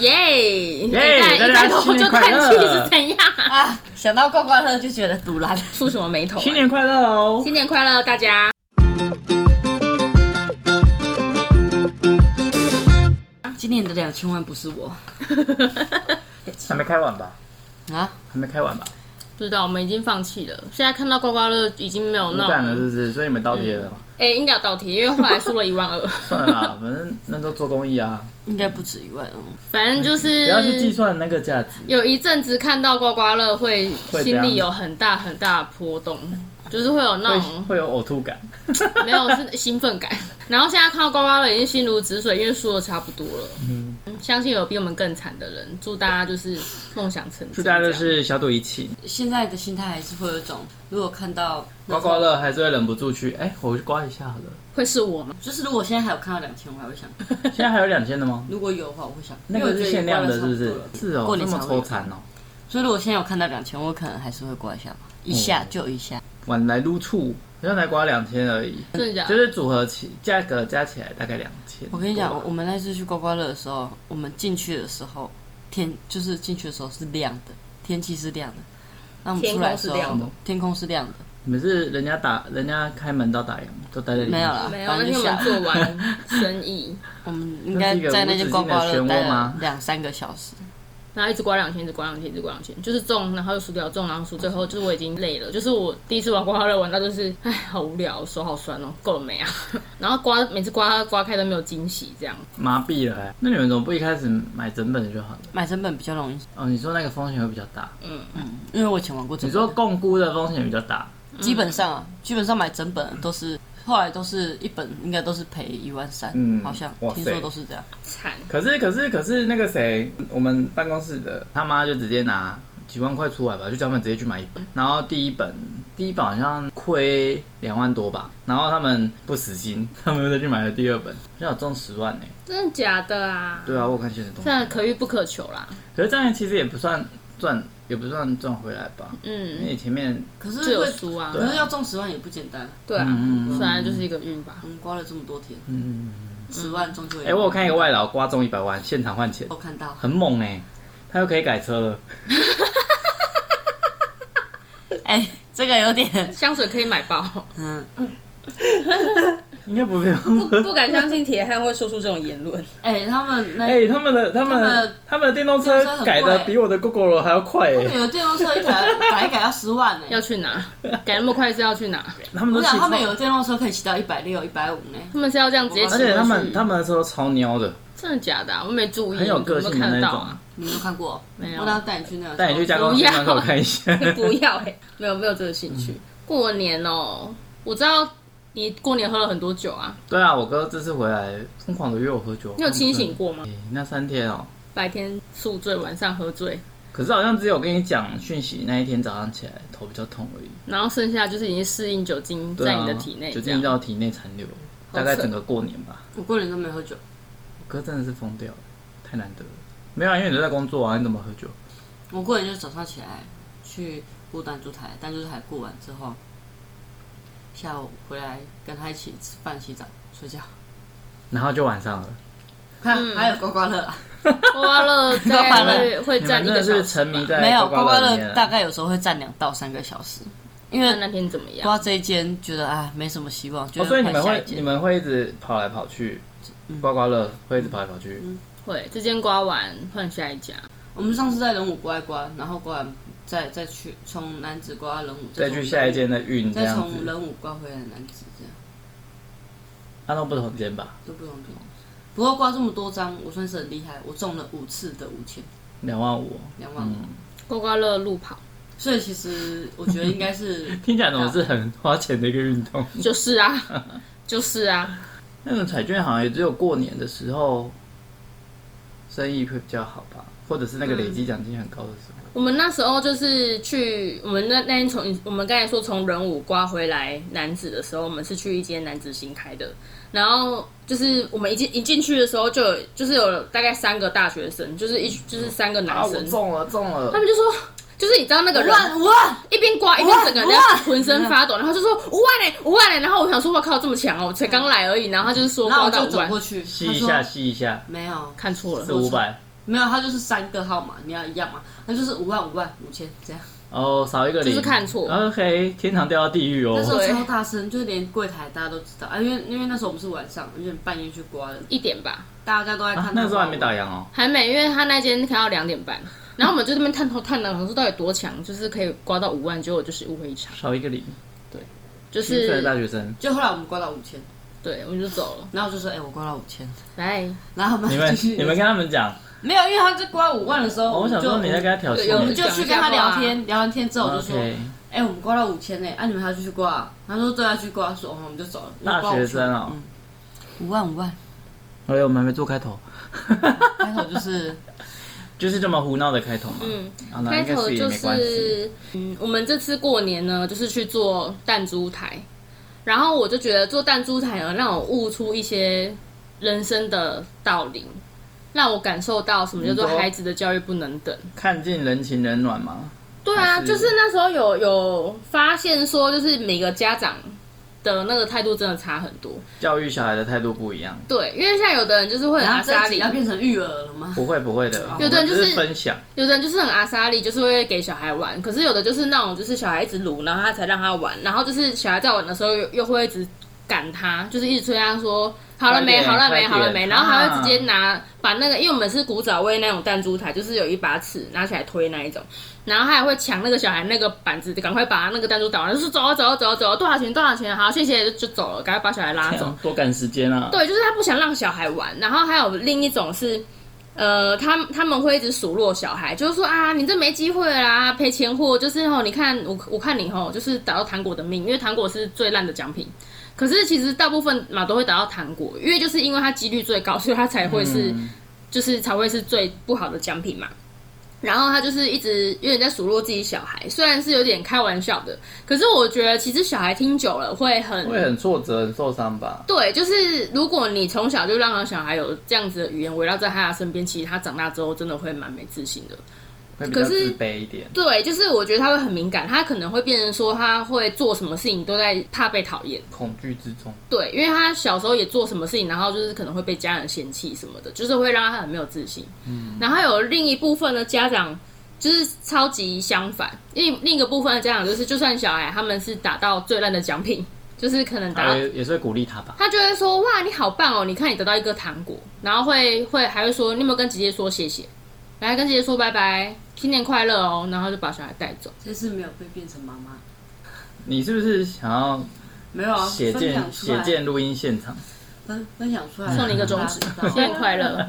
耶！耶一大家开头新就叹年快乐气是怎样？ 啊，想到刮刮乐就觉得堵烂。触什么眉头啊、新年快乐哦！新年快乐，大家！今年的两千万不是我还没开完吧？啊，还没开完吧？不知道，我们已经放弃了。现在看到刮刮乐已经没有不那干了是种，不是？所以你们倒贴嗯了吗？哎、应该有倒贴，因为后来输了一万二。算了啦， 反正那都做公益啊，应该不止一万哦。 反正就不要去计是算那个价值。有一阵子看到刮刮乐会会怎心样里有很大很大的波动，就是会有那会嗯种会有呕吐感，没有是兴奋 感。然后现在看到刮刮乐已经心如止水，因为输的差不多了。嗯相信有比我们更惨的人，祝大家就是梦想成真。祝大家都是小赌怡情。现在的心态还是会有一种，如果看到刮刮，乐还是会忍不住去，哎、我去刮一下好了。会是我吗？就是如果现在还有看到两千，我还会想，现在还有两千的 吗？如果有的话，我会想，那个是限量的，是不是？是哦过，这年么才会抽有残哦，所以如果现在有看到两千，我可能还是会刮一下吧，一下嗯就一下。晚来撸醋，好像才刮两千而已，真的假就的？是组合起价格加起来大概两千。我跟你讲，我们那次去刮刮乐的时候，我们进去的时候天就是进去的时候是亮的，天气是亮的。那我们出来的时候，天空是亮的天空是亮的，你们是人家打人家开门到打烊，都待在里面没有啦，没有，反那正天我就下们来做 完生意，我们应该在那间刮刮乐待了两三个小时，然后一直刮两千，一直刮两千，一直刮两千，就是中，然后又输掉，中，然后输，最后就是我已经累了，就是我第一次玩刮刮乐玩到就是，唉，好无聊，手好酸哦，够了没啊？ 然后刮每次刮刮开都没有惊喜，这样麻痹了、欸。那你们怎么不一开始买整本的就好了？买成本比较容易，哦，你说那个风险会比较大，因为我以前玩过整你本说，共估的风险比较大，基本上啊，基本上买整本都是后来都是一本应该都是赔一万三，嗯好像哇塞听说都是这样，惨。可是可是可是那个谁，我们办公室的他妈就直接拿几万块出来吧，就叫他们直接去买一本，然后第一本第一本好像亏两万多吧，然后他们不死心，他们又再去买了第二本，好像有中十万呢、真的假的啊？对啊，我有看现实动虽态，然可遇不可求啦，可是这样其实也不算赚，也不算赚回来吧，因嗯，为前面可是就有会输啊，可是要中十万也不简单，对啊，嗯嗯嗯虽然就是一个运吧我。们刮了这么多天，嗯，十万中就有，哎、我有看一个外劳刮中一百万，现场换钱我，看到，很猛哎、他又可以改车了， 哎，这个有点，香水可以买爆， 嗯，应该不用。不敢相信铁汉会说出这种言论。哎，他们 那哎、他们的他们他们他们的电动电车动车很改的贵比我的 GoGo 还要快哎、他们有电动车一台改一改要十万呢、要去哪？改那么快是要去哪？他们我都骑想超他们有电动车可以骑到一百六、一百五呢。他们是要这样直接骑回而去？且他们他们的车都超孬的，真的假的啊、我没注意，很有个我性没的看那到种啊。。你有没有看过？没有我当时带你去那个，带你去加工厂门口看一下。 不要哎、没有没有这个兴趣。过年哦、我知道你过年喝了很多酒啊， 对啊，我哥这次回来疯狂的约我喝酒。你有清醒过吗哎？那三天哦、白天宿醉，晚上喝醉，可是好像只有跟你讲讯息那一天早上起来头比较痛而已。然后剩下就是已经适应酒精对在啊你的体内就这进样。到体内残留，大概整个过年吧。我过年都没喝酒，我哥真的是疯掉了，太难得了。没有啊，因为你都在工作啊，你怎么喝酒？我过年就早上起来去过弹珠台，弹珠台过完之后，下午回来跟他一起吃饭、洗澡、睡觉。然后就晚上了。 看，嗯还有刮刮乐啊，刮刮乐 大概会会你们占一真个的小是时沉迷吧在没有刮刮刮乐里乐，面啊大概有时候会占两到三个小时，因那为那天怎么样？刮这一间觉得啊没什么希望，觉哦，得所以你换们下一嗯会你间。们会一直跑来跑去，刮刮乐会一直跑来跑去。嗯会这间刮完换下一家，我们上次在仁武刮一刮，然后刮完再再去从南子刮到仁武，再去从下一间的运这再样从子，人武刮回来男子，这样那都不同间吧？都不用不用。不过刮这么多张，我算是很厉害，我中了五次的五千两万五，两万五、嗯，刮刮乐路跑所以其实我觉得应该 是听起来怎么是很花钱的一个运动？就是 啊，就是啊，那种彩券好像也只有过年的时候生意会比较好吧，或者嗯是那个累积奖金很高的时候。我们那时候就是去我们那那天从我们刚才说从仁武刮回来男子的时候，我们是去一间男子新开的，然后就是我们一进一进去的时候就有就是有大概三个大学生，就是一就是三个男啊，我生，中了，中了他！们就说。就是你知道那个五人万五万，一边刮一边整个人五万浑身发抖，然后就说五万嘞、五万嘞、然后我想说，我靠，这么强哦、我才刚来而已。然后他就是说然后刮到我就五走万，过去，吸他一说下，吸一下，没有，看错了四，五百，没有，它就是三个号码，你要一样嘛，那就是五万、五万、五千这 样。哦，少一个零，就是看错 OK，天堂掉到地狱那时哦。候对超大声，就是连柜台大家都知道啊，因为因为那时候我们是晚上，有点半夜去刮的，一点吧，大家都在看、啊，那时候还没打烊哦。还没，因为他那间开到两点半，然后我们就这边探头探脑，想说到底多强，就是可以刮到五万，结果就是误会一场，少一个零，就七岁的是大学生，就后来我们刮到五千，对，我们就走了，然后我就说：“哎、我刮到五千。来，”然后我们你 们继续你们跟他们讲，没有，因为他在刮五万的时候，哦我想们就说你在跟他挑衅对有我们就去跟他啊讲聊一下天，聊完天之后我就说：“哎、 ，OK，我们刮到五千呢，啊，你们还要继续刮、啊？”他说：“对啊，继续刮。”说：“哦，我们就走了。”大学生哦，五万五万，哎呦，我们还没做开头，开头 就是就是这么胡闹的开头嘛。嗯，啊，那开应该头是也就没关系。是，嗯，我们这次过年呢，就是去做弹珠台，然后我就觉得做弹珠台呢，让我悟出一些人生的道理，让我感受到什么叫做你说孩子的教育不能等。看尽人情冷暖嘛，对啊，还是就是那时候有有发现说，就是每个家长的那个态度真的差很多。教育小孩的态度不一样。对，因为现在有的人就是会很然阿后这莎一集莉，要变成育儿了吗？不会不会的， 有的人我们只就是是分享，有的人就是很阿莎莉，就是会给小孩玩，可是有的就是那种就是小孩一直撸，然后他才让他玩，然后就是小孩在玩的时候又又会一直赶他，就是一直催他说好了没，快点好了没，快点好了没，然后还会啊直接拿把那个，因为我们是古早味那种弹珠台，就是有一把尺拿起来推那一种，然后他还会抢那个小孩那个板子，赶快把那个弹珠打完，就是走啊走啊走啊走啊，多少钱多少钱，好谢谢就就走了，赶快把小孩拉走。啊多赶时间啊。对，就是他不想让小孩玩。然后还有另一种是，呃，他他们会一直数落小孩，就是说啊，你这没机会啦，赔钱货。就是哦，你看我我看你哦，就是打到糖果的命，因为糖果是最烂的奖品。可是其实大部分嘛都会打到糖果，因为就是因为它几率最高，所以它才会是、嗯就是才会是最不好的奖品嘛。然后他就是一直有点在数落自己小孩，虽然是有点开玩笑的，可是我觉得其实小孩听久了会很会很挫折、很受伤吧？对，就是如果你从小就让小孩有这样子的语言围绕在他的身边，其实他长大之后真的会蛮没自信的。会比较可是自卑一点。对，就是我觉得他会很敏感，他可能会变成说他会做什么事情都在怕被讨厌。恐惧之中，对，因为他小时候也做什么事情，然后就是可能会被家人嫌弃什么的，就是会让他很没有自信。嗯，然后有另一部分的家长就是超级相反，另另一个部分的家长就是，就算小孩他们是打到最烂的奖品，就是可能打他到也也是会鼓励他吧。他就会说：“哇，你好棒哦！你看你得到一个糖果，然后会会还会说你有没有跟姐姐说谢谢？来跟姐姐说拜拜，新年快乐哦！”然后就把小孩带走。哦这次没有被变成妈妈，你是不是想要没有啊，写分见享出写来，见录音现场？分分享出来，送你一个中指，新年快乐，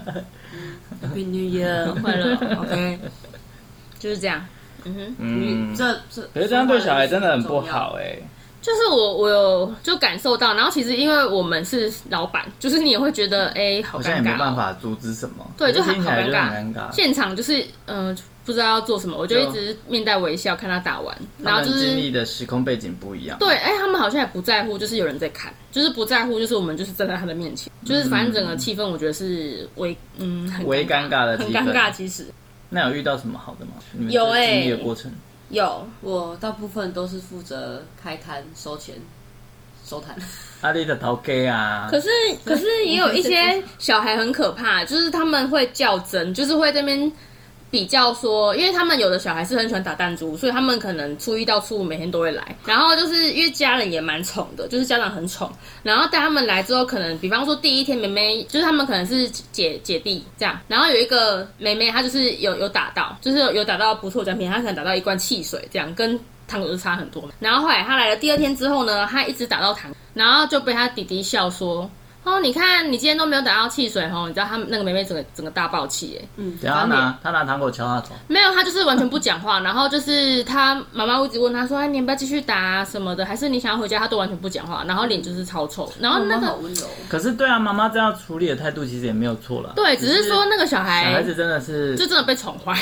Happy New Year， 快乐。 OK，就是这样。嗯哼，嗯，这这可是这样对小孩真的很不好哎、就是我我有就感受到，然后其实因为我们是老板，就是你也会觉得哎、好嗯好尴像也尬没哦，办法阻止什么。对，就听很起好尴来就很尴尬。尬。现场就是嗯、呃不知道要做什么，我就一直面带微笑看他打完，然哦他后们就是经历的时空背景不一样。对，哎、他们好像也不在乎，就是有人在看，就是不在乎，就是我们就是站在他的面前，就是反正整个气氛，我觉得是微嗯很嗯微尴尬的很气尴氛尬。其实那有遇到什么好的吗？你们有这欸经历的过程，有我大部分都是负责开摊、收钱、收摊。阿丽的头 K 啊可，是可是也有一些小孩很可怕，就是他们会较真，就是会这边比较说，因为他们有的小孩是很喜欢打弹珠，所以他们可能初一到初五每天都会来。然后就是因为家人也蛮宠的，就是家长很宠，然后带他们来之后，可能比方说第一天妹妹就是他们可能是姐姐弟这样，然后有一个妹妹她就是有有打到，就是有有打到不错的奖品，她可能打到一罐汽水这样，跟糖果就差很多嘛。然后后来她来了第二天之后呢，她一直打到糖，然后就被她弟弟笑说。哦，你看，你今天都没有打到汽水哦，你知道他们那个妹妹整个整个大爆气耶，嗯，等一下他拿他拿糖果敲他头，没有，他就是完全不讲话，然后就是他妈妈会一直问他说：“哎，你要不要继续打、啊、什么的？还是你想要回家？”他都完全不讲话，然后脸就是超臭。然后妈那妈好个温柔，可是对啊，妈妈这样处理的态度其实也没有错啦。对，只是说那个哎小小孩孩子真的是就真的被宠坏，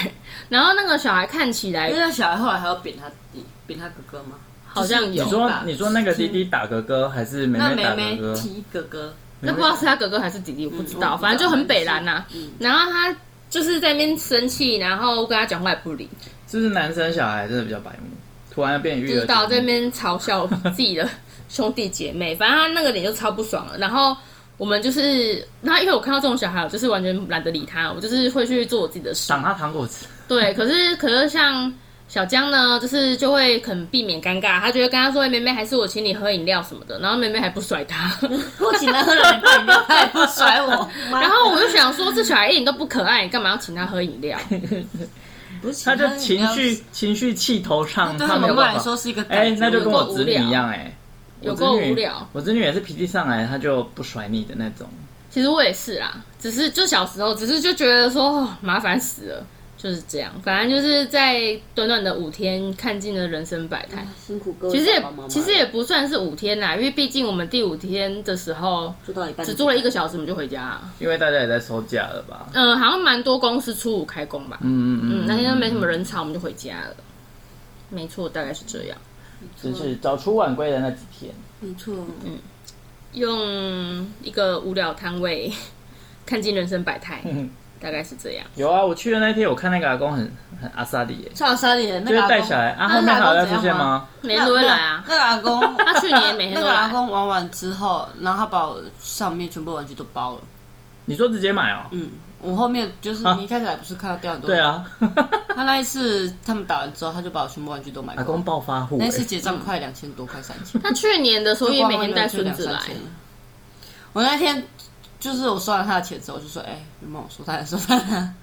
然后那个小孩看起来哎因为那小孩后来还要扁他弟、扁他哥哥吗？好像你有，说吧你说那个滴滴打哥哥还是妹那打妹哥妹哥？踢哥哥，那不知道是他哥哥还是弟弟，我不知道，嗯反正就很北蓝呐、啊嗯然后他就是在那边生气，然后跟他讲话也不理，是不是男生小孩真的比较白目？突然变育知儿道节在目 那边嘲笑自己的兄弟姐妹，反正他那个脸就超不爽了。然后我们就是，然后因为我看到这种小孩，我就是完全懒得理他，我就是会去做我自己的事。赏他糖果吃，对，可是可是像小江呢，就是就会很避免尴尬，他就会跟他说：“哎妹妹，还是我请你喝饮料什么的。”然后妹妹还不甩他，我请他喝两杯饮料，他也不甩我。然后我就想说，这小孩一点都不可爱，你干嘛要请他喝饮料？不是他就情绪情绪气头上，对他他没有们来办说法。是一个感哎、觉那就跟我有够无子女聊一样哎、我有子够女无聊我子女也是脾气上来，他就不甩你的那种。其实我也是啦，只是就小时候，只是就觉得说、哦麻烦死了，就是这样。反正就是在短短的五天，看尽了人生百态。辛苦各位其实也嗯爸爸妈妈其实也不算是五天啦，因为毕竟我们第五天的时候做到一半，只住了一个小时，我们就回家了。因为大家也在收假了吧？嗯、好像蛮多公司初五开工吧。嗯嗯嗯，那天就没什么人潮，我们就回家了。没错，大概是这样。只是早出晚归的那几天。没错，嗯用一个无聊摊位 看尽人生百态，嗯大概是这样。有啊，我去的那天，我看那个阿公很很阿萨里耶，少沙里就那个是阿带公小孩啊，那后面还有个阿要公出怎现样吗？每天都会来啊。那个阿公， 他去年每天那都个阿来。公玩完之后，然后他把我上面全部玩具都包了。你说直接买哦？嗯，我后面就是啊你一开始还不是看到掉很多？对。啊，他那一次他们打完之后，他就把我全部玩具都买阿光。公暴发户哎那耶一，次结账快两千多，快三千。他去年的时候也每天带孙子来光光，就两三千了我那天就是我算了他的钱之后，我就说：“哎、有没有收他的收他 的？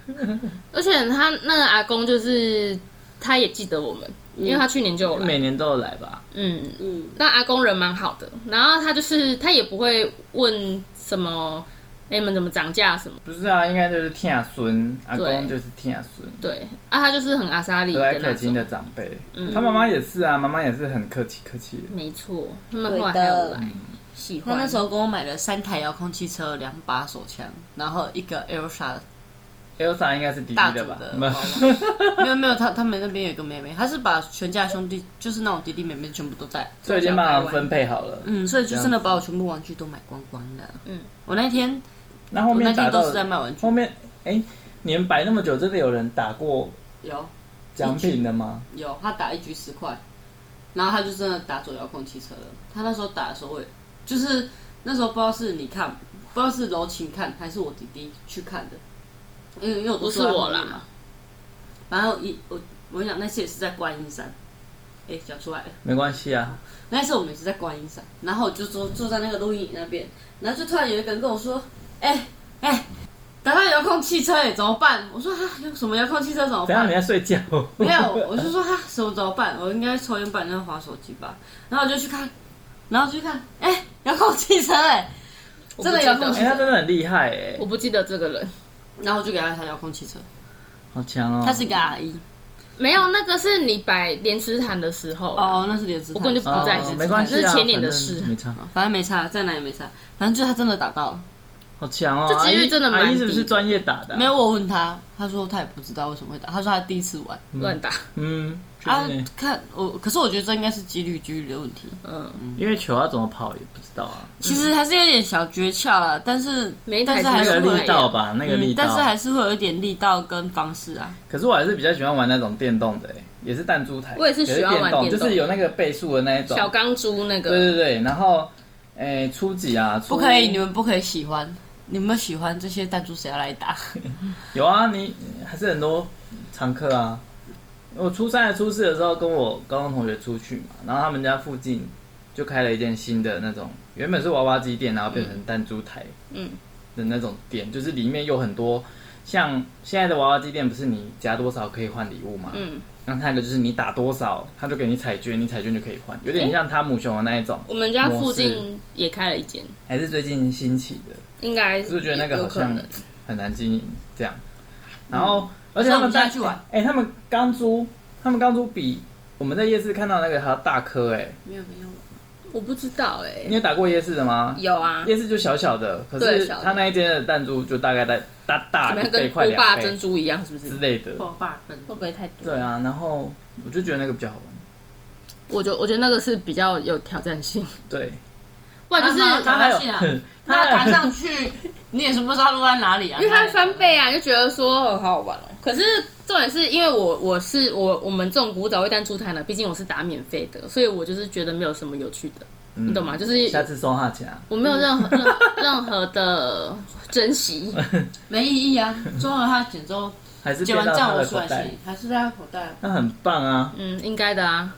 而且他那个阿公就是他也记得我们，因为他去年就有来。每年都有来吧？嗯，嗯，那阿公人蛮好的，然后他就是他也不会问什么，哎、你们怎么涨价什么？不是啊，应该就是天涯孙，阿公对就是天涯孙。对啊，他就是很阿莎莉和蔼的可那亲种。的长辈，嗯他妈妈也是啊，妈妈也是很客气客气的。没错，他 们后来还有来，喜他欢。那时候跟我买了三台遥控汽车、两把手枪，然后一个 Elsa Elsa 应该是弟弟大组的吧？的哦没有包包没有没有，他他们那边有个妹妹，他是把全家兄弟，就是那种弟弟妹妹全部都带， 所以已经帮忙分配好了。嗯，所以就真的把我全部玩具都买光光了。嗯，我那天那后我面那天打都到是在卖玩具后，面，哎，你们摆那么久，真的有人打过有奖品的吗？有，他打一局十块，然后他就真的打走遥控汽车了。他那时候打的时候，我也就是那时候不知道是你看，不知道是柔情看还是我弟弟去看的，因为因为我都不是坐在我后面啦嘛。然后一我我跟你讲，那次也是在观音山，哎、讲出来了。没关系啊，那次我们也是在观音山，然后我就坐坐在那个录音椅那边，然后就突然有一个人跟我说：“哎、哎、打到遥控汽车耶，怎么办？”我说：“啊，有什么遥控汽车怎么等一下办你在睡觉？”。没 有，我就说：“啊，什么怎么办？我应该抽烟，不然就划手机吧。”然后我就去看，然后我就去看，哎、遥控汽车哎，真的遥控汽哎，他车，真的很厉害哎我，不记得这个人，然后我就给他一台遥控汽车，好强哦！他是一个阿姨没有那个是你摆莲池潭的时候啦，哦，那是莲子，我根本就不在哦意，没关系啊，这是前年的事反正没差。反正没差，在哪也没差，反正就是他真的打到了。好强哦！这几率阿姨真的蛮阿姨低是不是专业打的啊？没有，我问他，他说他也不知道为什么会打，他说他第一次玩。乱打。嗯，啊就是，看我，可是我觉得这应该是几率几率的问题。嗯，因为球要怎么跑也不知道啊，其实还是有点小诀窍啦，但是每一但台是还车是那个都不一力样会，道吧，那个力嗯，道。但是还是会有一点力道跟方式啊。可是我还是比较喜欢玩那种电动的、欸，也是弹珠台。我也是喜欢玩可是电就动是有那个倍数的那一种。小钢珠那个，对对对，然后，诶、初级啊，初不可以，你们不可以喜欢，你们喜欢这些弹珠谁要来打？有啊，你还是很多常客啊。我初三还初四的时候，跟我高中同学出去嘛，然后他们家附近就开了一间新的那种，原本是娃娃机店，然后变成弹珠台，嗯，的那种店，就是里面有很多像现在的娃娃机店，不是你加多少可以换礼物吗？嗯，然后它一个就是你打多少，他就给你彩券，你彩券就可以换，有点像汤姆熊的那一种，我们家附模近也开了一间，还是最近兴起的，应该就是觉得那个有好可像能。很难经营这样。然后，嗯而且他们所以我们现在在去玩哎、他们钢珠，他们钢珠比我们在夜市看到那个还要大颗哎、没有没有，我不知道哎你，有打过夜市的吗？有啊，夜市就小小的，可对是小的他那一间的弹珠就大概在大大怎么一样倍跟快波两霸倍珍珠一样，是不是之？类的。爆霸分。会不会太多？对啊，然后我就觉得那个比较好玩。我觉我觉得那个是比较有挑战性，对，不然就是啊好他还有打戏啊，他那打还有上去，你也是不知道落在哪里啊？因为它翻倍啊，就觉得说很好玩哦。可是重点是因为我我是我我们这种古早味弹珠台呢，毕竟我是打免费的，所以我就是觉得没有什么有趣的。 嗯嗯你懂吗？就是下次收他的钱啊，我没有任何任任何的珍惜，没意义啊！装了他捡之后，还是变捡完到账他我的出口来袋钱，还是在他口袋啊。那很棒啊！嗯，应该的啊。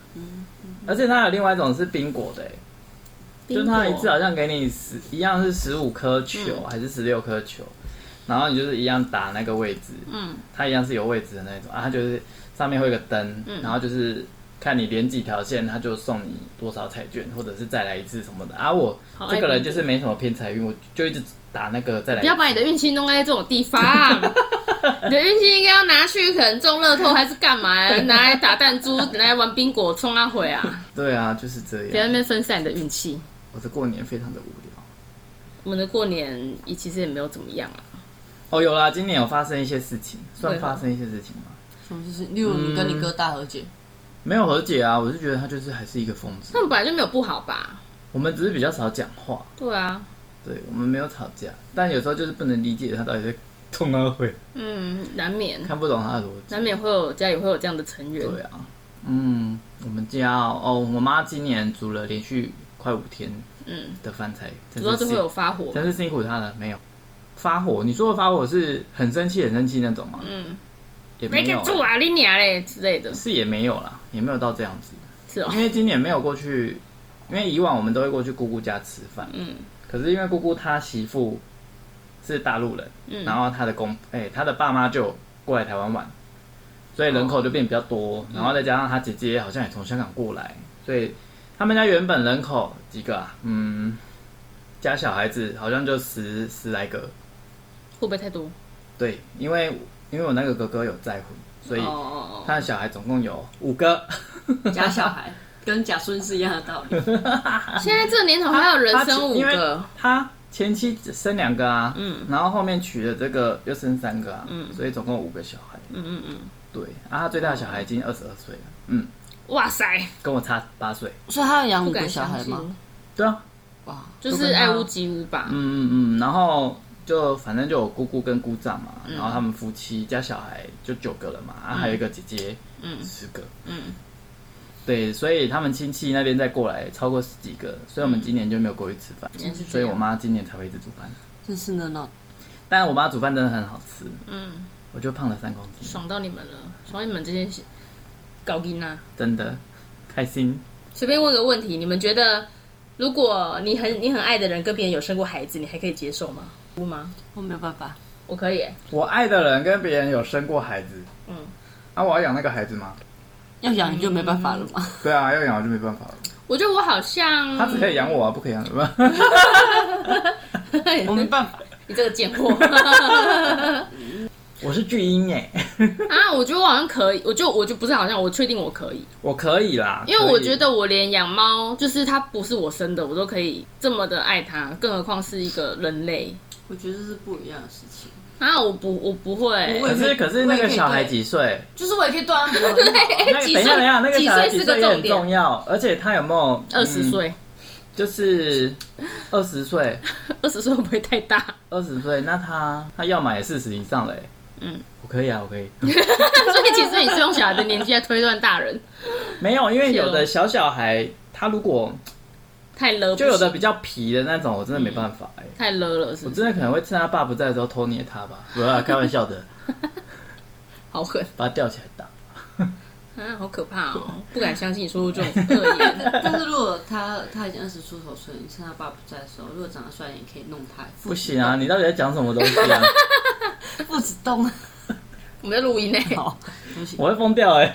而且它有另外一种是冰果的、欸，就是它一次好像给你十一样是十五颗球、嗯还是十六颗球，然后你就是一样打那个位置，嗯，它一样是有位置的那种啊，它就是上面会有个灯，嗯然后就是看你连几条线，它就送你多少彩券，或者是再来一次什么的啊。我好这个爱人拼就是没什么偏财运，我就一直打那个再来一不次要把你的运气弄在这种地方。你的运气应该要拿去，可能中乐透还是干嘛？拿来打弹珠，拿来玩冰果，冲啊回啊！对啊，就是这别在那样。边分散你的运气。我的过年非常的无聊。我们的过年也其实也没有怎么样啊。哦，有啦，今年有发生一些事情，算为何发生一些事情吗？什么事情？例如你跟你哥大和解，没有和解啊，我是觉得他就是还是一个疯子他。们本来就没有不好吧？我们只是比较少讲话，对啊，对我们没有吵架，但有时候就是不能理解他到底在痛啊会，嗯，难免看不懂他的逻辑。难免会有家里会有这样的成员。对啊，嗯，我们家哦，哦我妈今年煮了连续快五天嗯，的饭菜，真主要是就会辛有发火。真是辛苦她了。没有发火，你说的发火是很生气、很生气那种吗？嗯，也没没有敢，住啊，你娘嘞之类的，是也没有啦，也没有到这样子。是哦因。为今年没有过去，因为以往我们都会过去姑姑家吃饭，嗯可是因为姑姑她媳妇是大陆人，嗯然后她的公哎、她的爸妈就过来台湾玩，所以人口就变比较多，嗯然后再加上她姐姐好像也从香港过来，所以他们家原本人口几个啊，嗯，加小孩子好像就十十来个，会不会太多？对，因为因为我那个哥哥有再婚，所以哦哦他的小孩总共有五个。假小孩跟假孙是一样的道理。哦，现在这个年头还有人他生五因为个，他前妻只生两个啊，嗯然后后面娶了这个又生三个啊，嗯所以总共五个小孩。嗯嗯嗯，对，啊，他最大的小孩已经二十二岁了，嗯，哇塞，跟我差八岁。所以他要养不五个敢小相孩信，吗？对啊，哇，就是爱屋及乌吧。嗯嗯嗯，然后就反正就有姑姑跟姑丈嘛，然后他们夫妻加小孩就九个了嘛，啊，还有一个姐姐，嗯十个。嗯，对，所以他们亲戚那边再过来超过十几个，所以我们今年就没有过去吃饭，原来是这所以样我妈今年才会一直煮饭。真是热闹。但我妈煮饭真的很好吃，嗯，我就胖了三公斤。爽到你们了，爽到你们这些搞音啊！真的开心。随便问个问题，你们觉得如果你很你很爱的人跟别人有生过孩子，你还可以接受吗？不吗？我没有办法，我可以欸、我爱的人跟别人有生过孩子，嗯，啊，我要养那个孩子吗？要养你就没办法了嘛。对啊，要养我就没办法了。我觉得我好像 他只可以养我啊，不可以养你们。我没办法，你这个贱货我是巨婴哎，啊！我觉得我好像可以，我就我就不是好像，我确定我可以，我可以啦，因为可以我觉得我连养猫，就是它不是我生的，我都可以这么的爱它，更何况是一个人类我觉得这是不一样的事情。啊！我不我不会，我可也可是以可是那个小孩几岁？就是我也可以断啊， 那个哎几等一岁下等一下，那个几小孩岁几是个岁也重很点重，要，而且他有没有二十？嗯岁，就是二十岁，二十岁会不会太大？ 二十岁，那他他要买四十以上嘞。嗯，我可以啊，我可以。所以其实你是用小孩的年纪来推断大人，没有，因为有的小小孩，他如果太勒不就有的行比较皮的那种，我真的没办法哎、太勒了，是我不是？真的可能会趁他爸不在的时候偷捏他吧，不要开玩笑的，好狠把他吊起来打。啊，好可怕哦！不敢相信你说出这种恶 言。但是如果他他已经二十出头岁，你趁他爸不在的时候，如果长得帅一点，可以弄他。不行啊，你到底在讲什么东西 啊？父子啊动啊！我们在录音呢， 好，对不起，我会疯掉哎、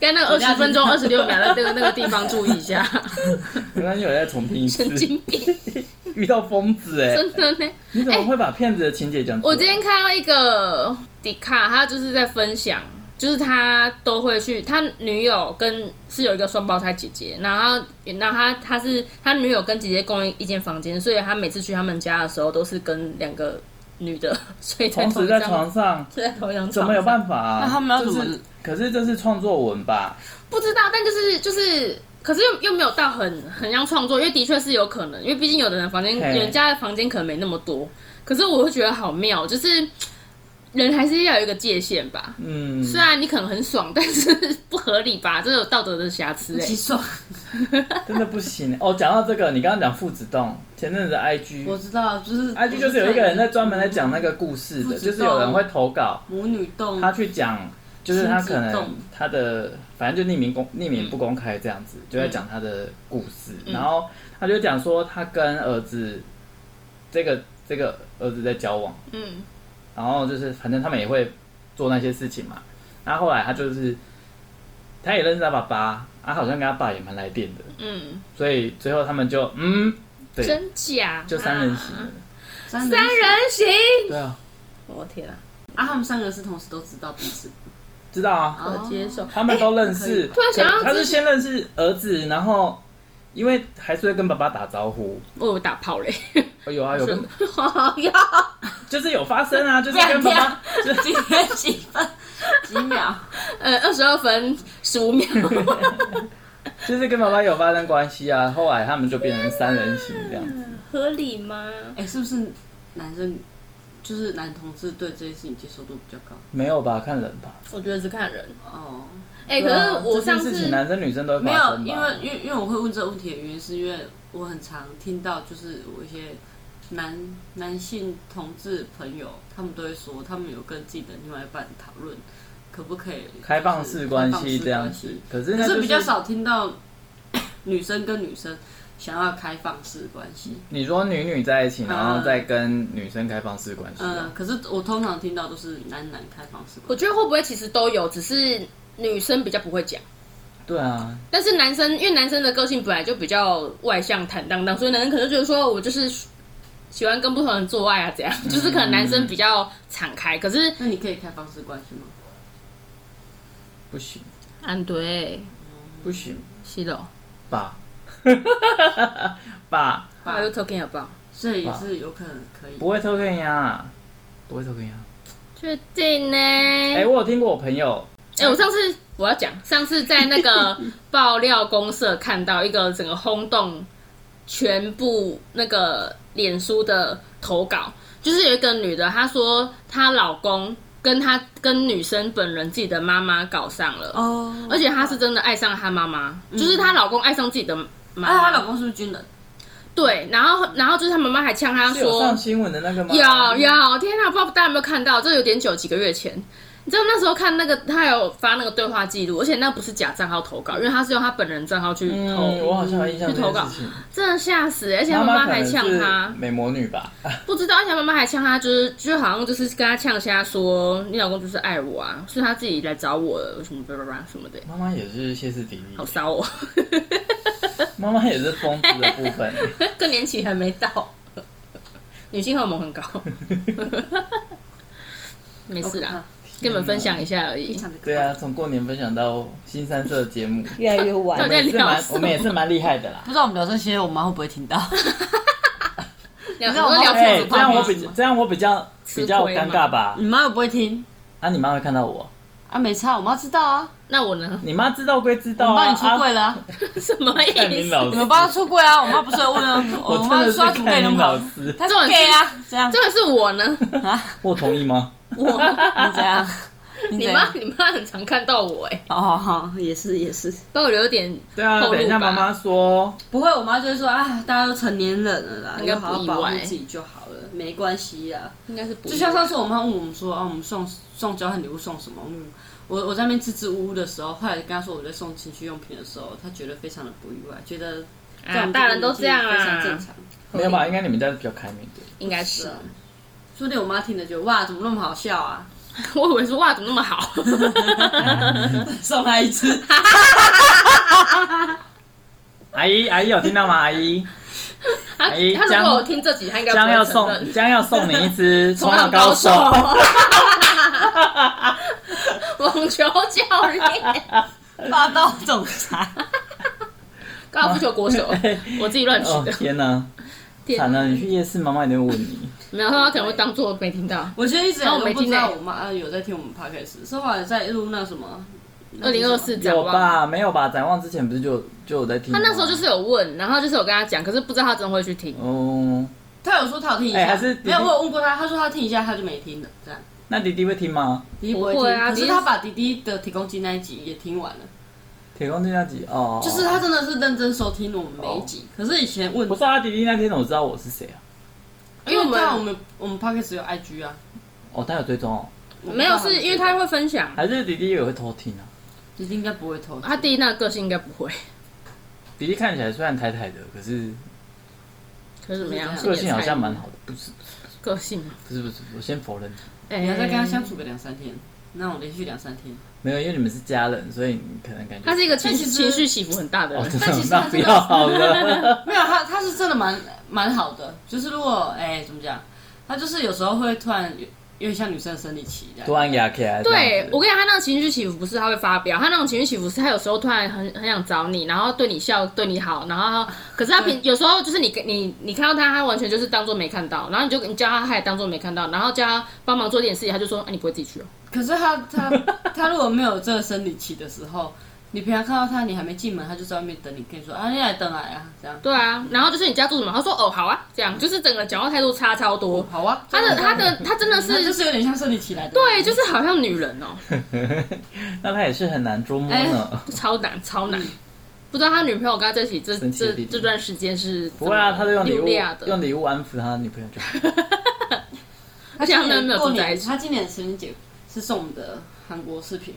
该那个二十分钟二十六秒的那个那个地方注意一下， 没关系，我再重听一 次神。经病， 遇到疯子 哎、真的呢。你欸怎么会把骗子的情节讲出来？我今天看到一个迪卡，他就是在分享，就是他都会去，他女友跟是有一个双胞胎姐姐，然后然后他他是他女友跟姐姐共用一间房间，所以他每次去他们家的时候都是跟两个女的睡在同同时一在张床上，睡在同一张床，怎么有办法、啊？那他们要怎么就是可是这是创作文吧？不知道，但就是就是，可是又又没有到很很像创作，因为的确是有可能，因为毕竟有的人房间，嘿人家的房间可能没那么多。可是我会觉得好妙，就是人还是要有一个界限吧。嗯，啊虽然你可能很爽，但是 不合理吧？这有道德的瑕疵哎、极爽， 真的不行哦。讲到这个，你刚刚讲父子洞，前阵子 IG 我知道，就是，IG 啊就是有一个人在专门在讲那个故事父的，子洞就是有人会投稿，母女洞，他去讲，就是他可亲子能洞他的反正就匿名公匿名不公开这样子，就在讲他的故事，然后他就讲说他跟儿子这个这个儿子在交往，嗯，然后就是反正他们也会做那些事情嘛。然后后来他就是他也认识他爸爸，啊，好像跟他爸也蛮来电的，嗯，所以最后他们就嗯，对，真假？啊就三人行了。三三人行，对啊，我天啊，啊，他们三个是同时都知道彼此，知道啊，可接受。他们都认识。哎突然想到之前他是先认识儿子，然后因为还是会跟爸爸打招呼。我有打炮嘞，哦有啊，有跟要就是有发生 啊，就是跟爸爸，就是今天几分几秒？ 呃二十二分十五 秒，就是跟爸爸有发生关系啊。后来他们就变成三人行这样子。合理吗？哎、是不是男生就是男同志对这件事情接受度比较高？没有吧？看人吧。我觉得是看人。哦，哎、可对啊是我这件上次事情男生女生都会没发有，生吧因为因为因为我会问这个问题的原因，是因为我很常听到，就是我一些男男性同志朋友，他们都会说，他们有跟自己的另外一半讨论，可不可以就是开放式关开放式系这样关子系，可是可那就是比较。少听到 女生跟女生想要开放式关系。你说女女在一起，然后再跟女生开放式关系、嗯、啊，可是我通常听到都是男男开放式我关系。觉得会不会其实都有，只是女生比较不会讲。对啊，但是男生，因为男生的个性本来就比较外向、坦荡荡，所以男生可能就觉得说我就是喜欢跟不同人做爱啊，怎样？ 就是可能男生比较敞开，可是那你可以开放式关系吗？不行安啊对，不行是的。 吧，吧， What are you talking about？所以也是有可能可以。不会偷看呀，不会偷看呀。确定呢？哎、哎、我有听过我朋友，我上次我要讲，上次在那个爆料公社看到一个整个轰动全部那个脸书的投稿，就是有一个女的，她说她老公跟她跟女生本人自己的妈妈搞上了，哦，而且她是真的爱上她妈妈，就是她老公爱上自己的妈妈。啊，她老公是不是军人？对，然后然后就是她妈妈还呛她是有说上新闻的那个吗？有有，天哪！不知道大家有没有看到，这有点久，几个月前。你知道那时候看那个，他有发那个对话记录，而且那不是假账号投稿，因为他是用他本人账号去投，嗯，我好像有印象去这投件稿事情。真的吓死！欸而且他妈妈可还能呛是他，美魔女吧？不知道，而且他妈妈还呛他，就是就好像就是跟他呛瞎说，你老公就是爱我啊，是他自己来找我的，什么巴拉巴拉什么的，妈妈也是歇斯底里好，骚哦， 妈妈也是疯子的部 分。更年期还没到，女性荷尔蒙很高， 没事哦啦，跟你们分享一下而已非。常的对啊，从过年分享到新三色节目，越来越我晚们也到底在是聊蛮什么我们也是蛮厉害的啦 不。知道我们聊这些，我妈会不会听 到？聊知道我我聊妈哎、天这样我比这样我比较比较尴尬吧？你妈会不会听？啊，你妈会看到我，啊，没差，我妈知道啊，那我呢？ 你妈知道归知我道们啊，帮你出柜了、哦啊，什么啊看你意思？老你师们，帮她出柜啊，我妈不是有问 了，我我妈真的是说她怎么看那你么老好，师，她说 gay 啊，这样这个是我呢，啊，我同 意吗？我 你怎样？你你怎妈样？哦你妈很常看到我哎、好好好，也是也是，帮我留点对啊，后路吧等一下妈妈说，不会，我妈就会说啊，大家都成年人了啦，应该哎要好不好意保护外自己就好了，没关系啊。应该是不就像上次我妈问我们说啊，我们送送交换礼物送什么？嗯，我我在那边支支吾吾的时候，后来跟她说我在送情趣用品的时候，她觉得非常的不意外，觉得在我啊，们大人这个都年纪这样非常正啦，常。没有吧？应该你们家比较开明的。应该是是啊。，说不定我妈听了觉得哇，怎么那么好笑啊， 我以为是哇，怎么那么好？ 送她一只。阿姨，阿姨有听到吗？阿姨，他哎他如江果有听这集，他应该将不要会承认送。将要送你一只冲冲浪浪高高手手，网球教 练、霸道总 裁，高尔夫球国手，我自己乱取哦的。天哪，天惨了！你去夜市，妈妈一定会问你。没有，他可能会当做没听到。我觉得一直以那来我没都不知听欸道我妈呃有在听我们 podcast，是后来在录那什么，二零二四展有望，吧？没有吧？展望之前不是就就有在听他吗？那时候就是有问，然后就是有跟他讲，可是不知道他真的会去听。哦，她有说她有听一下，哎还是没有我有问过她，她说她听一下，她就没听了，这样。那迪迪会听吗？迪迪不会不听，会啊可迪是迪他把迪迪的提供机那一集也听完了，铁公鸡那集哦，就是他真的是认真收听我们每一集。可是以前问不，是啊，迪迪那天怎么知道我是谁啊？因为因为他我们我们我们 p o c k e t 有 IG 啊，哦，他有追踪哦，我不知没道有，们是因为他会分享。还是迪迪也会偷听啊？迪迪应该不会投，他弟那个个性应该不会，迪迪看起来虽然抬抬的，可是可是怎么样？是这个样性好像蛮好的。不是，个性嘛。不是，不是，我先否认，哎、你要再跟他相处个两三天，那我连续两三天。没有，因为你们是家人，所以你可能感觉他是一个情绪但其实情绪起伏很大的哦，人。真但的其实 那他不真的要好了。没有，他他是真的蛮蛮好的，就是如果哎、怎么讲，他就是有时候会突然有有点像女生的生理期这突样，然压起来，对我跟你讲，他那种情绪起伏不是他会发飙，他那种情绪起伏是他有时候突然很很想找你，然后对你笑，对你好，然后可是他平有时候就是你跟你你看到他，他完全就是当做没看到，然后你就你叫他，他也当做没看到，然后叫他帮忙做一点事情，他就说、啊、你不会自己去哦，可是他他他如果没有这个生理期的时候，你平常看到他，你还没进门，他就在外面等你，跟你说啊，你来等来啊，这样，对啊，然后就是你家住什么，他说哦好啊，这样就是整个讲话态度差超多，好啊，他的这样他的他真的嗯他就是是有点像生理期来的，对，就是好像女人哦，那他也是很难捉摸呢。超难超难。不知道他女朋友跟他在一起这神嗯奇的这弟弟这段时间是不会啊，怎么他都用礼溜物达的，用礼物安抚他女朋友就好。他而且今他们年没有过住在一年，起他今年的情人节是送我们的韩国视频，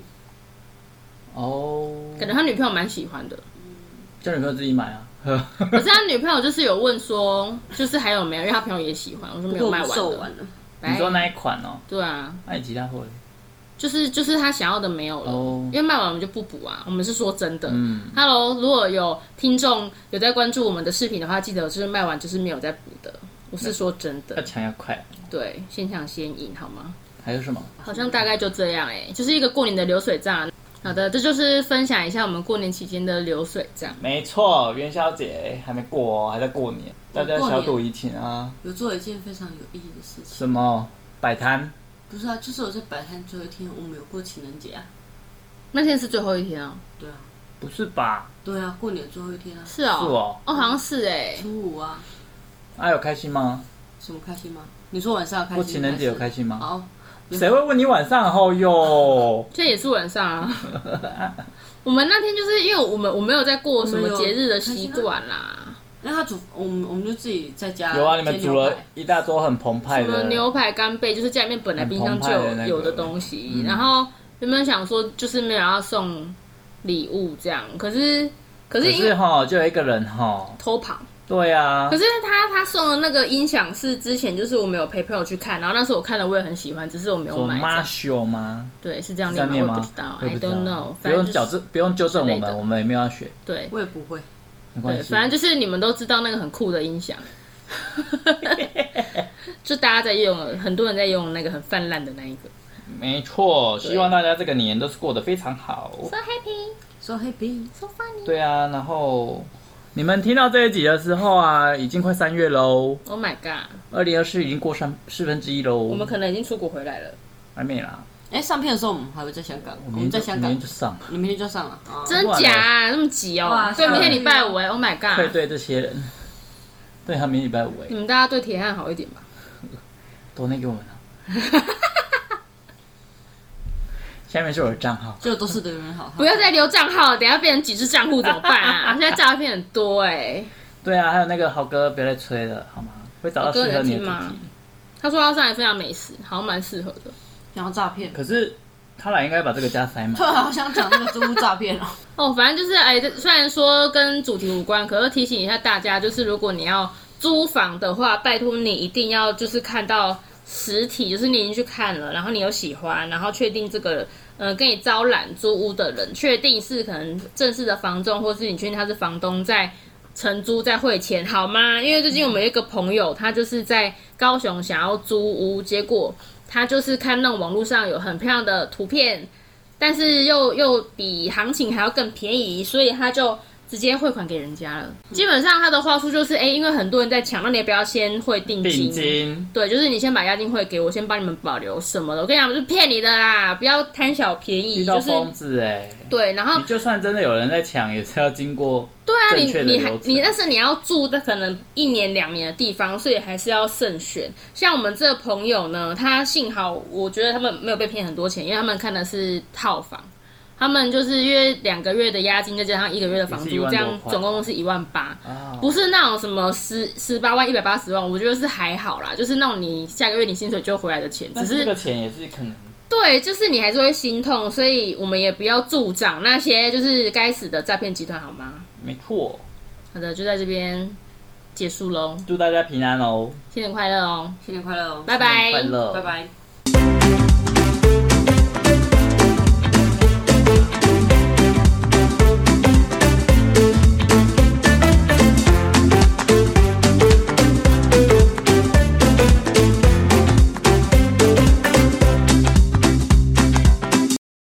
哦，感觉他女朋友蛮喜欢的。叫女朋友自己买啊。可是他女朋友就是有问说，就是还有没有？因为他朋友也喜欢，我说没有卖不啊完过我的们售完了，你来说那一款哦，对啊，那吉他会就是就是他想要的没有了，哦因为卖完我们就不补啊。我们是说真的。嗯， Hello，如果有听众有在关注我们的视频的话，记得就是卖完就是没有再补的。我是说真要的，强要快，对，现场先赢好吗？还有什么？好像大概就这样哎、就是一个过年的流水账啊。好的，这就是分享一下我们过年期间的流水账。没错，元宵节还没过哦，还在过年，大家过年小赌怡情啊。有做一件非常有意义的事情。什么摆摊？不是啊，就是我在摆摊最后一天，我们有过情人节啊。那天是最后一天哦，对啊，不是吧？对啊，过年最后一天啊，是哦，是哦好像是哎、初五啊，啊，有开心吗？什么开心吗？你说晚上有开心？哦过情人节有开心吗？好，谁会问你晚上后哟？这也是晚上啊。 我们那天就是因为我们我没有在过什么节日的习惯啦，那他煮，我们我们就自己在家有啊，你们煎煮牛了排一大桌很澎湃什么的牛排干贝，就是家里面本来冰箱就很澎湃的那有个有的东西。嗯然后原本想说就是没有要送礼物这样，可是可是可因是为哈，就有一个人哈，偷跑。对啊可，是他他送的那个音响是之前就是我们有陪朋友去看，然后那时候我看了我也很喜欢，只是我没什有么买这马样。修吗？对，是这样是这念样吗？我也念吗不知道我也，I 不知道 don't know。不反正用就是矫正，不用纠正我之类的们，我们也没有要学，对我也不会。没关对，系。反正就是你们都知道那个很酷的音响， 就大家在用了，很多人在用那个很泛滥的那一个。没错，希望大家这个年都是过得非常好。 So happy, So happy， so funny. 对啊，然后你们听到这一集的时候啊，已经快三月喽， Oh my god！二零二四已经过三四分之一喽。我们可能已经出国回啊来了，还没啦，哎，上片的时候我们还会在香港，我我们明天在就香明港天就，上你明天就上了啊。真假啊、那么急哦哇！对，明天礼拜下雨五哎，Oh my 愧 god！对这些人，对他明天礼拜五哎你，们大家对铁汉好一点吧？多那给我们啊。 下面是我的账号，就都是德云好，不要再留账号了，等一下变成几只账户怎么办啊？现在诈骗很多哎、对啊，还有那个豪哥，别再吹了好吗？会找到适豪哥合有你听的主吗题。他说要上来分享美食，好像蛮适合的。想要诈骗。 可是他俩应该把这个加塞满突。然好想讲那个租屋诈骗哦，哦，反正就是哎，这虽然说跟主题无关，可是提醒一下大家，就是如果你要租房的话，拜托你一定要就是看到实体，就是你已经去看了，然后你有喜欢，然后确定这个呃跟你招揽租屋的人，确定是可能正式的房仲，或是你确定他是房东在。承租在汇钱好吗？因为最近我们有一个朋友，他就是在高雄想要租屋，结果他就是看那种网络上有很漂亮的图片，但是又又比行情还要更便宜，所以他就直接汇款给人家了。基本上他的话术就是，哎、因为很多人在抢，那你也不要先汇定定金，对，就是你先把押金汇给我，先帮你们保留什么的。我跟你讲，就是骗你的啦，不要贪小便宜，遇到就是疯子哎、对。然后你就算真的有人在抢，也是要经过对啊，正你确的你流还程你，但是你要住在可能一年两年的地方，所以还是要慎选。像我们这个朋友呢，他幸好我觉得他们没有被骗很多钱，因为他们看的是套房，他们就是约两个月的押金，再加上一个月的房也是一租，万这多样块总共是一万八。啊，不是那种什么十十八万、一百八十万，我觉得是还好啦，就是那种你下个月你薪水就回来的钱，只但是这个钱也是可能对，就是你还是会心痛，所以我们也不要助长那些就是该死的诈骗集团，好吗？没错。好的，就在这边结束喽，祝大家平安哦，新年快乐哦，新年快乐哦，拜拜，快乐，拜拜。